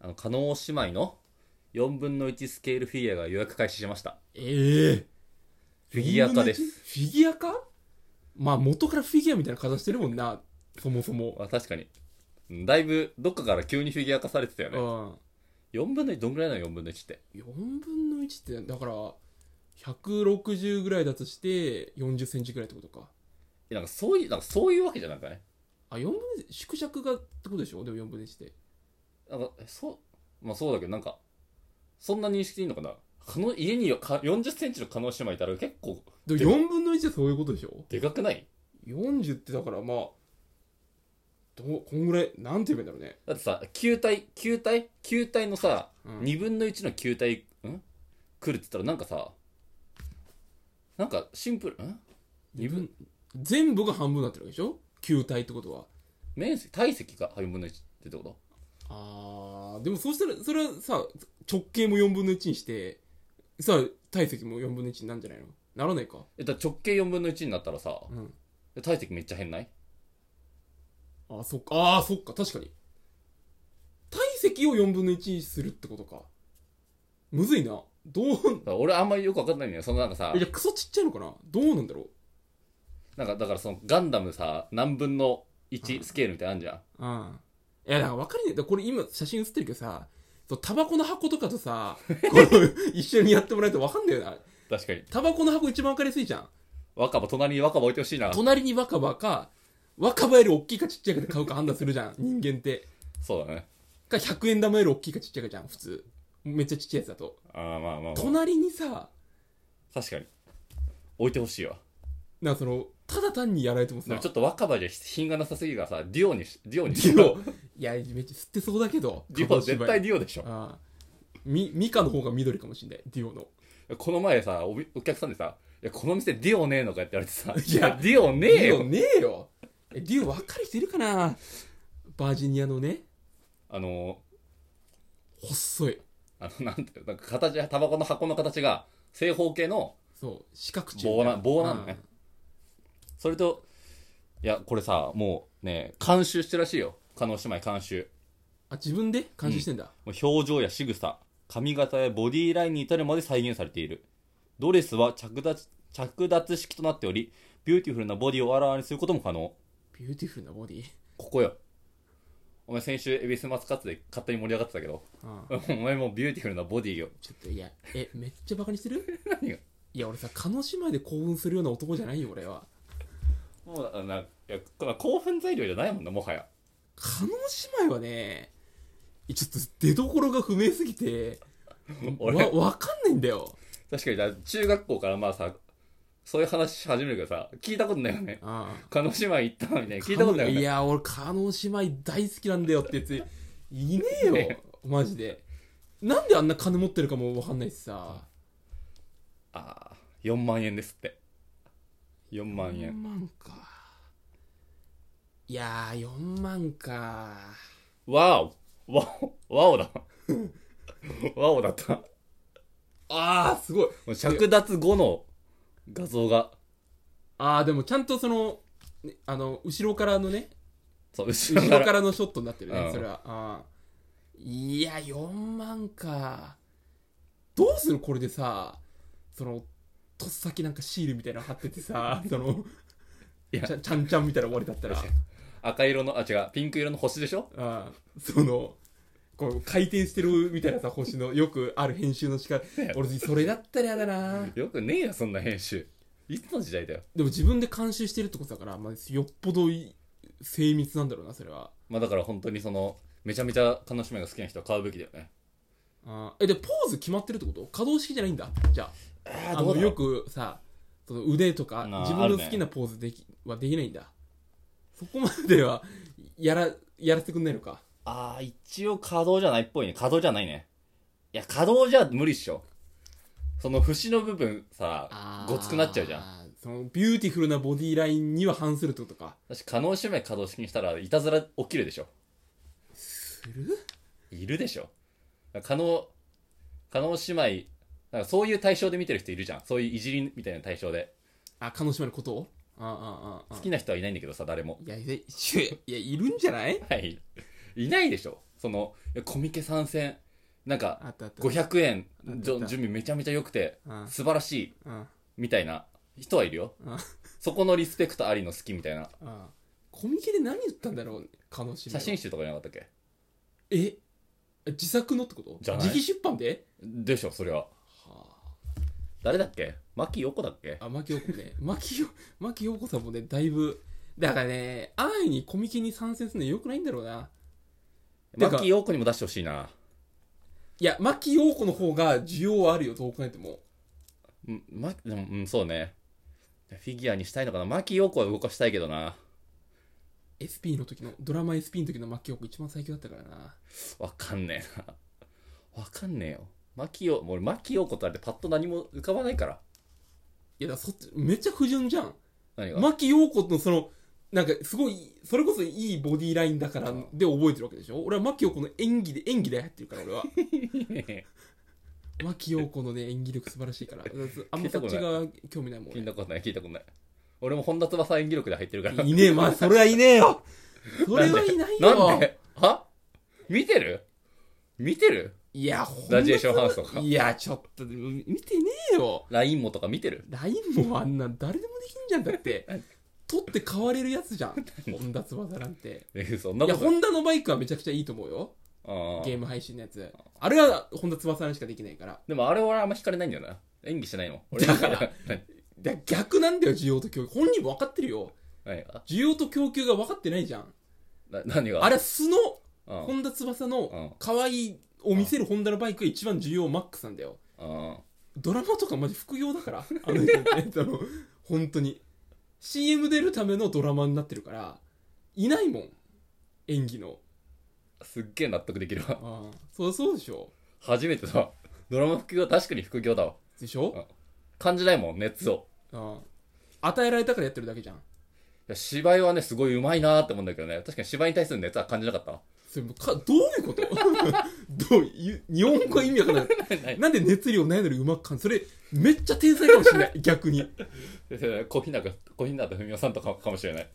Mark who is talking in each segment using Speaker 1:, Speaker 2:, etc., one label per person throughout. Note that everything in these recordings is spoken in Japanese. Speaker 1: あの、加納姉妹の4分の1スケールフィギュアが予約開始しました。
Speaker 2: ええ
Speaker 1: フィギュア化です。
Speaker 2: フィギュア化まあ元からフィギュアみたいな形してるもんなそもそも
Speaker 1: あ確かに。うんだいぶ、どっかから急にフィギュア化されてたよ
Speaker 2: う
Speaker 1: ね。
Speaker 2: ん
Speaker 1: 4分の1、どんぐらいなの4分の1って。
Speaker 2: 4分の1ってだから160ぐらいだとして4 0ンチぐらいってことか
Speaker 1: えなんかそういう、なんかそういうわけじゃなくない
Speaker 2: あ4分の1縮尺がってことでしょでも4分の1って
Speaker 1: なんか、えそう、まあそうだけど、なんか、そんな認識でいいのかな可能家によか40センチの加納姉妹いたら結構
Speaker 2: でも
Speaker 1: でも
Speaker 2: 4分の1ってそういうことでしょ
Speaker 1: でかくない
Speaker 2: 40ってだからまあどうこんぐらいなんて言えばいいんだろ
Speaker 1: だってさ、球体、球体球体のさ、
Speaker 2: うね、うん
Speaker 1: 2分の1の球体、ん来るって言ったらなんかさ、なんかシンプル、ん
Speaker 2: 二分全部が半分になってるわけでしょ球体ってことは
Speaker 1: 面積、体積が4分の1ってこと
Speaker 2: あーでもそうしたらそれはさ直径も4分の1にしてさ体積も4分の1になんじゃないのならないか
Speaker 1: え、だから直径4分の1になったらさ、
Speaker 2: うん
Speaker 1: 体積めっちゃ変ない
Speaker 2: あーそっかあーそっか確かに体積を4分の1にするってことかむずいなど
Speaker 1: だ
Speaker 2: う
Speaker 1: から俺あんまりよくわかんないんだよ。そのなんかさ
Speaker 2: い、やクソちっちゃいのかなどうなんだろう
Speaker 1: なんかだからそのガンダムさ、何分の1スケールみたいなのあんじゃん。
Speaker 2: うんいやだから分かりねえだからこれ今写真写ってるけどさそうタバコの箱とかと さこれ一緒にやってもらえると分かんないよな
Speaker 1: 確かに。
Speaker 2: タバコの箱一番分かりやすいじゃん
Speaker 1: 若葉、隣に若葉置いてほしいな。
Speaker 2: 隣に若葉か若葉より大きいかちっちゃいかで買うか判断するじゃん人間って
Speaker 1: そうだね。
Speaker 2: か100円玉より大きいかちっちゃいかじゃん普通めっちゃちっちゃいやつだと
Speaker 1: あーまあまあまあ。
Speaker 2: 隣にさ
Speaker 1: 確かに。置いてほしいわ。
Speaker 2: なんかそのただ単にやられても
Speaker 1: で
Speaker 2: さ
Speaker 1: もちょっと若葉じゃ品がなさすぎるからさ、デュオにし、デュオにし
Speaker 2: ディオいやめっちゃ吸ってそうだけど
Speaker 1: デュオ絶対
Speaker 2: デ
Speaker 1: デュオでしょ。
Speaker 2: ああみミカの方が緑かもしんないディオの
Speaker 1: この前さおび、お客さんでさ、いや、この店ディオねえのかって言われてさ、
Speaker 2: いや
Speaker 1: ディオねえ
Speaker 2: ディオ
Speaker 1: よ。
Speaker 2: ねえよえディオ分かる人いるかなバージニアのね
Speaker 1: あの、
Speaker 2: 細い
Speaker 1: あの、なんていうのなんか形、タバコの箱の形が正方形の
Speaker 2: そう四角柱
Speaker 1: 棒な、棒なのね
Speaker 2: うん。
Speaker 1: それと、いや、これさ、もうね、監修してるらしいよ。加納姉妹監修。
Speaker 2: あ自分で監視してんだ、
Speaker 1: もう表情や仕草、髪型やボディラインに至るまで再現されている。ドレスは着脱、着脱式となっており、ビューティフルなボディをあらわにすることも可能。
Speaker 2: ビューティフルなボディ
Speaker 1: ここよ。お前先週、エビスマスカツで勝手に盛り上がってたけど、
Speaker 2: うん
Speaker 1: お前もうビューティフルなボディよ。
Speaker 2: ちょっといやえめっちゃバカにしてる
Speaker 1: 何が
Speaker 2: いや俺さ叶姉妹で興奮するような男じゃないよ俺は
Speaker 1: もう、な、いや、この興奮材料じゃないもんな、もはや。
Speaker 2: 叶姉妹はねえちょっと出どころが不明すぎてわ
Speaker 1: 俺、
Speaker 2: わかんないんだよ
Speaker 1: 確かにだ、中学校からまあさ、そういう話し始めるけどさ、聞いたことないよね。
Speaker 2: ああ
Speaker 1: 鹿児島行ったのにね、聞いたことないよ
Speaker 2: い
Speaker 1: ね。
Speaker 2: や俺叶姉妹大好きなんだよってやついねえよマジでなんであんな金持ってるかもわかんないしさ
Speaker 1: ああ、4万円ですって。4万
Speaker 2: 4
Speaker 1: 円。
Speaker 2: 万かいやー4万か
Speaker 1: わおわおわおだ。わおだった。も
Speaker 2: あーすごいう
Speaker 1: 着脱後の画像が、
Speaker 2: ああでもちゃんとその、ねあの後ろからのね
Speaker 1: そう、後ろ
Speaker 2: 後
Speaker 1: か
Speaker 2: ろ
Speaker 1: ら
Speaker 2: からのショットになってるね、
Speaker 1: うん
Speaker 2: それはあーいや4万かどうするこれでさそのとっさきなんかシールみたいなの貼ってて さその
Speaker 1: いや
Speaker 2: ちゃちゃんちゃんみたいな終わりだったら
Speaker 1: 赤色の、あ、違う、ピンク色の星でしょ
Speaker 2: あーそのこう回転してるみたいなさ星のよくある編集の仕方俺それだったらやだな
Speaker 1: よくねえよ、そんな編集。いつの時代だよ。
Speaker 2: でも自分で監修してるってことだから、まあ、よっぽどい精密なんだろうなそれは
Speaker 1: まあだから本当にその、めちゃめちゃ楽しみが好きな人は買うべきだよね。
Speaker 2: あーえでポーズ決まってるってこと可動式じゃないんだじゃ
Speaker 1: あ
Speaker 2: ああのよくさその腕とか
Speaker 1: なあ
Speaker 2: 自分の好きなポーズでき、はできないんだそこまではやらやらせてくんないのか
Speaker 1: ああ、一応稼働じゃないっぽいね。稼働じゃないね。いや、稼働じゃ無理っしょ。その節の部分さ、ごつくなっちゃうじゃん。
Speaker 2: んそのビューティフルなボディラインには反するってことか
Speaker 1: 私、可能姉妹稼働式にしたら、いたずら起きるでしょ。
Speaker 2: する
Speaker 1: いるでしょ。可能、可能姉妹、なんかそういう対象で見てる人いるじゃん。そういういじりみたいな対象で。
Speaker 2: あ鹿児島のことをあああああ
Speaker 1: 好
Speaker 2: あ
Speaker 1: きな人はいないんだけどさ、誰も。
Speaker 2: いやいやいやいやいるんじゃない
Speaker 1: はい。いないでしょそのいやコミケ参戦なんか
Speaker 2: あったあった
Speaker 1: 500円
Speaker 2: あ
Speaker 1: じょ
Speaker 2: 出た
Speaker 1: 準備めちゃめちゃ良くて
Speaker 2: うん
Speaker 1: 素晴らしい
Speaker 2: うん
Speaker 1: みたいな人はいるよ
Speaker 2: うん
Speaker 1: そこのリスペクトありの好きみたいな
Speaker 2: うんコミケで何言ったんだろう彼女
Speaker 1: 写真集とかじゃなかったっけ
Speaker 2: え自作のってこと
Speaker 1: じゃない
Speaker 2: 自費出版で
Speaker 1: でしょそれは
Speaker 2: は
Speaker 1: 誰だっけ牧陽子だっけ
Speaker 2: ああ牧陽子ね牧陽牧陽子さんもねだいぶだからね安易にコミケに参戦するのよくないんだろうなてか
Speaker 1: 牧陽子にも出してほしいない
Speaker 2: や牧陽子の方が需要はあるよどう考えても
Speaker 1: うん、ま、でもうん、そうね。フィギュアにしたいのかな。牧陽子は動かしたいけどな。
Speaker 2: SP の時のドラマ SP の時の牧陽子一番最強だったからな
Speaker 1: わかんねえな。わかんねえよ。牧陽、もう俺牧陽子とあれでパッと何も浮かばないから。
Speaker 2: いやだからそっちめっちゃ不純じゃん
Speaker 1: 何が。
Speaker 2: 牧陽子のそのなんかすごいそれこそいいボディラインだからで覚えてるわけでしょ俺は牧陽子の演技で演技でやってるから俺は 牧陽子のね演技力素晴らしいからあんまそっちが興味ないもん
Speaker 1: 聞い
Speaker 2: ね
Speaker 1: たことない、聞いたことない。俺も本田翼演技力で入ってるから。
Speaker 2: いねえまあそれはいねえよそれはいないよ
Speaker 1: なんでは見てる見てる
Speaker 2: いやほんと
Speaker 1: ラジエーションハウスとか。
Speaker 2: いやちょっと見てねえよ
Speaker 1: ラインもとか見てる
Speaker 2: LINE もあんなん誰でもできんじゃん だって取って買われるやつじゃん本田翼なんて
Speaker 1: えそんないこ
Speaker 2: や
Speaker 1: と。
Speaker 2: ホンダのバイクはめちゃくちゃいいと思うよ
Speaker 1: ああ
Speaker 2: ゲーム配信のやつ。あれは本田翼にしかできないから。
Speaker 1: でもあれは俺あんま惹かれないんだよな。演技してないもん。 俺
Speaker 2: だから。だ逆なんだよ、需要と供給。本人も分かってるよ。
Speaker 1: 何が
Speaker 2: 需要と供給が分かってないじゃん。
Speaker 1: な何が
Speaker 2: あれは素の
Speaker 1: うん
Speaker 2: 本田翼
Speaker 1: うん
Speaker 2: の可愛いを見せる本田のバイクが一番需要マックスなんだよ。
Speaker 1: うん。
Speaker 2: ドラマとかマジ副業だ から。あの人って、あの本当に。CM 出るためのドラマになってるから、いないもん。演技の。
Speaker 1: すっげえ納得できるわ。
Speaker 2: ああそう、そうでしょ。
Speaker 1: 初めてだわドラマ副業確かに副業だわ
Speaker 2: でしょ
Speaker 1: 感じないもん熱を
Speaker 2: ああ与えられたからやってるだけじゃん。
Speaker 1: いや芝居はねすごいうまいなーって思うんだけどね確かに芝居に対する熱は感じなかったわ
Speaker 2: それもうかどういうこと どうゆ日本語は意味わかんないなんで熱量ないのにうまく感じそれめっちゃ天才かもしれ ない逆に
Speaker 1: 小日向小日向文雄さんとかかもしれない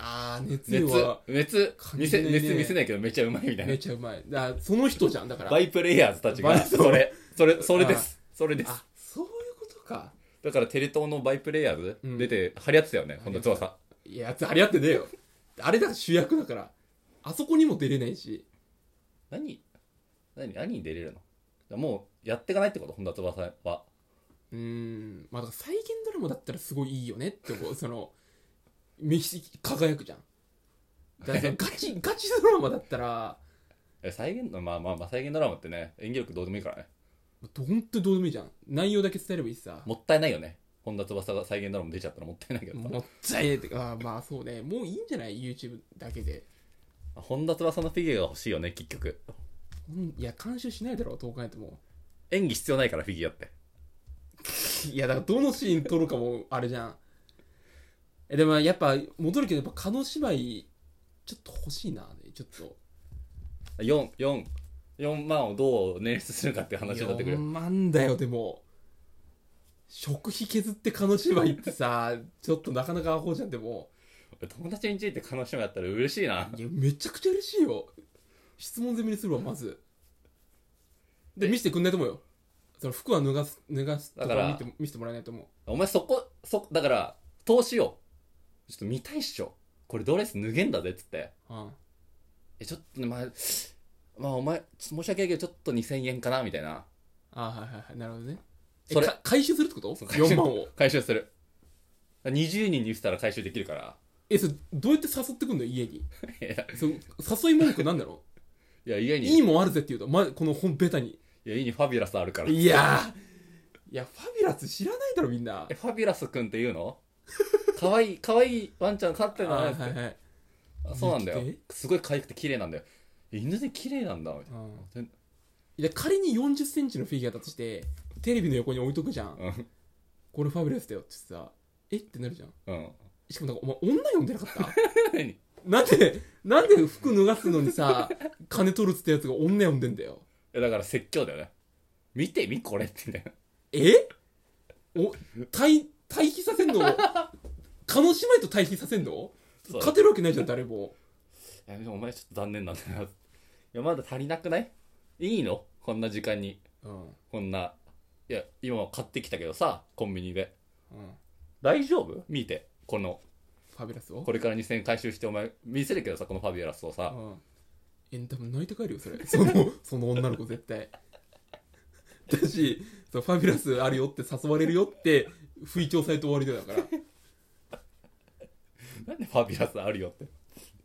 Speaker 2: ああ熱
Speaker 1: 熱
Speaker 2: 量は
Speaker 1: 熱見せ
Speaker 2: 感じないね
Speaker 1: 熱見せないけどめっちゃうまいみたい
Speaker 2: め
Speaker 1: な
Speaker 2: ちゃうまいだからその人じゃんだから
Speaker 1: バイプレイヤーズたち
Speaker 2: バ
Speaker 1: が
Speaker 2: イ
Speaker 1: それそれそれですそれです
Speaker 2: あそういうことか
Speaker 1: だからテレ東のバイプレイヤーズ
Speaker 2: うん
Speaker 1: 出て張り合ってたよね本田翼
Speaker 2: いやつ張り合ってねえよあれだから主役だからあそこにも出れないし
Speaker 1: 何何何に出れるのもうやっていかないってこと本田翼は
Speaker 2: うーんまあだから再現ドラマだったらすごいいいよねって思うそのめひ輝くじゃんだからそのガチガチドラマだったら
Speaker 1: え再現のまあまあまあ再現ドラマってね演技力どうでもいいからね
Speaker 2: 本当にどうでもいいじゃん内容だけ伝えればいいしさ
Speaker 1: もったいないよね。本田翼が再現ドラマ出ちゃったらもったいないけどさ。
Speaker 2: もったいねえってかあーまあそうねもういいんじゃない YouTube だけで
Speaker 1: 本田翼のフィギュアが欲しいよね、結局。
Speaker 2: うんいや監修しないだろうどう考えても
Speaker 1: 演技必要ないから、フィギュアって。
Speaker 2: いやだからどのシーン撮るかもあれじゃんえでもやっぱ戻るけどやっぱ叶姉妹ちょっと欲しいなちょっと
Speaker 1: 4、4、4万をどう捻出するかっていう話になってくる
Speaker 2: 4
Speaker 1: よ。
Speaker 2: 万だよでも食費削って叶姉妹ってさ ちょっとなかなかアホじゃんでも
Speaker 1: 友達について悲しみやったら嬉しいな。
Speaker 2: いやめちゃくちゃ嬉しいよ質問攻めにするわまずで見せてくんないと思うよその服は脱がす脱がすと
Speaker 1: だか
Speaker 2: から見て見せてもらえないと思う
Speaker 1: お前そこ、そ、だから、投資を。ちょっと見たいっしょ。これドレス脱げんだぜ、っつって。
Speaker 2: あ
Speaker 1: え、ちょっとね、まあ、まあお前、ちょっと申し訳ないけど、ちょっと2000円かな、みたいな。
Speaker 2: ああはいはいはいなるほどねえ
Speaker 1: それ
Speaker 2: か回収するってこと
Speaker 1: そう回収
Speaker 2: 4万を
Speaker 1: 回収する。20人に言ってたら回収できるから。
Speaker 2: えそれどうやって誘ってくんの家に
Speaker 1: いや
Speaker 2: そう誘い文句なんだろ
Speaker 1: いや、家
Speaker 2: う
Speaker 1: に。
Speaker 2: いいもんあるぜって言うと、ま、この本ベタに
Speaker 1: いや、家にファビュラスあるから。
Speaker 2: いやーいやファビュラス知らないだろみんな
Speaker 1: え、ファビュラスくんって言うのかわいい、かわいいワンちゃん飼ってるの
Speaker 2: あ
Speaker 1: ね
Speaker 2: ーはいはい、
Speaker 1: あそうなんだよ
Speaker 2: 人気で。
Speaker 1: すごい可愛くて綺麗なんだよ。犬で綺麗なんだ、 みたい
Speaker 2: うん
Speaker 1: で、
Speaker 2: いや仮に4 0ンチのフィギュアだとしてテレビの横に置いとくじゃん、
Speaker 1: な。
Speaker 2: これファビュラスだよってさえってなるじゃん
Speaker 1: うん。うん。
Speaker 2: しかもなんかお前女呼んでなかった
Speaker 1: 何
Speaker 2: なんでなんで服脱がすのにさ金取るっつったやつが女呼んでんだよ
Speaker 1: えだから説教だよね。見てみ、これってね。
Speaker 2: えお対対比させんの叶姉妹と対比させんの
Speaker 1: そう
Speaker 2: 勝てるわけないじゃん誰も
Speaker 1: いやでもお前ちょっと残念なんだな いやまだ足りなくないいいのこんな時間に
Speaker 2: うんうん
Speaker 1: こんないや今は買ってきたけどさコンビニで大丈夫見てこの
Speaker 2: ファビュラスを
Speaker 1: これから2000回収してお前見せるけどさこのファビュラスをさ
Speaker 2: うんえ多分泣いて帰るよそれそのその女の子絶対だしそうファビュラスあるよって誘われるよって不意調されて終わりだよだから
Speaker 1: なんでファビュラスあるよって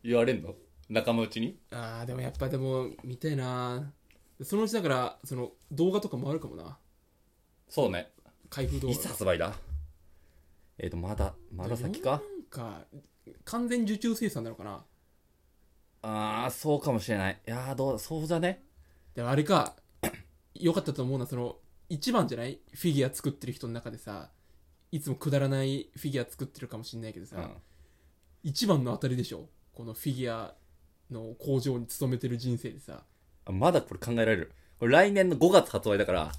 Speaker 1: 言われんの仲間内に
Speaker 2: あーでもやっぱでも見たいなそのうちだからその動画とかもあるかもな
Speaker 1: そうね
Speaker 2: 開封動
Speaker 1: い
Speaker 2: 画
Speaker 1: つ発売だえっ、とまだまだ先か
Speaker 2: なんか完全受注生産なのかな
Speaker 1: ああそうかもしれないいやーどうそうじゃね
Speaker 2: でもあれか よかったと思うのはその一番じゃないフィギュア作ってる人の中でさいつもくだらないフィギュア作ってるかもしんないけどさ、
Speaker 1: うん
Speaker 2: 一番の当たりでしょこのフィギュアの工場に勤めてる人生でさ
Speaker 1: あまだこれ考えられるこれ来年の5月発売だから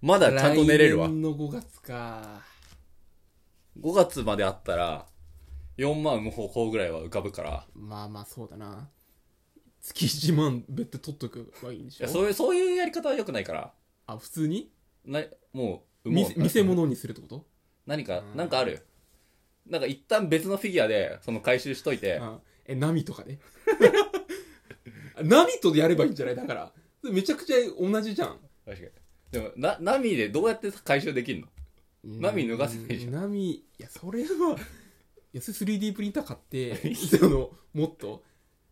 Speaker 1: まだちゃんと寝れるわ
Speaker 2: 来
Speaker 1: 5
Speaker 2: 年の5月か
Speaker 1: 月まであったら4万無方向ぐらいは浮かぶから
Speaker 2: まあまあそうだな月1万別途取っとくはいいんで
Speaker 1: い
Speaker 2: し
Speaker 1: やそ
Speaker 2: ょ
Speaker 1: ういうそういうやり方は良くないから
Speaker 2: あ普通に
Speaker 1: なもう
Speaker 2: 見
Speaker 1: もう
Speaker 2: 見せ物にするってこと
Speaker 1: 何か
Speaker 2: うん
Speaker 1: 何かあるなんか一旦別のフィギュアでその回収しといて
Speaker 2: うんえ、ナミとか ね。ナミとでやればいいんじゃないだから。めちゃくちゃ同じじゃん。
Speaker 1: 確かにでもなナミでどうやって回収できるのナミ脱がせないじゃ
Speaker 2: ん。ナミ、いや、それは、いや、それ 3D プリンター 買って、その、もっと。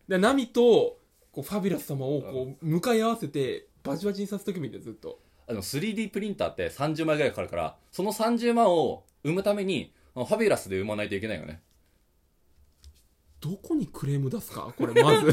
Speaker 2: でナミと、こう、ファビュラス様を、こう、向かい合わせて、バチバチにさせとけみたいな、ずっと。
Speaker 1: あの 3D プリンターって30万円ぐらいかかるからその30万を生むためにあのファビュラスで生まないといけないよね
Speaker 2: どこにクレーム出すかこれ、まず。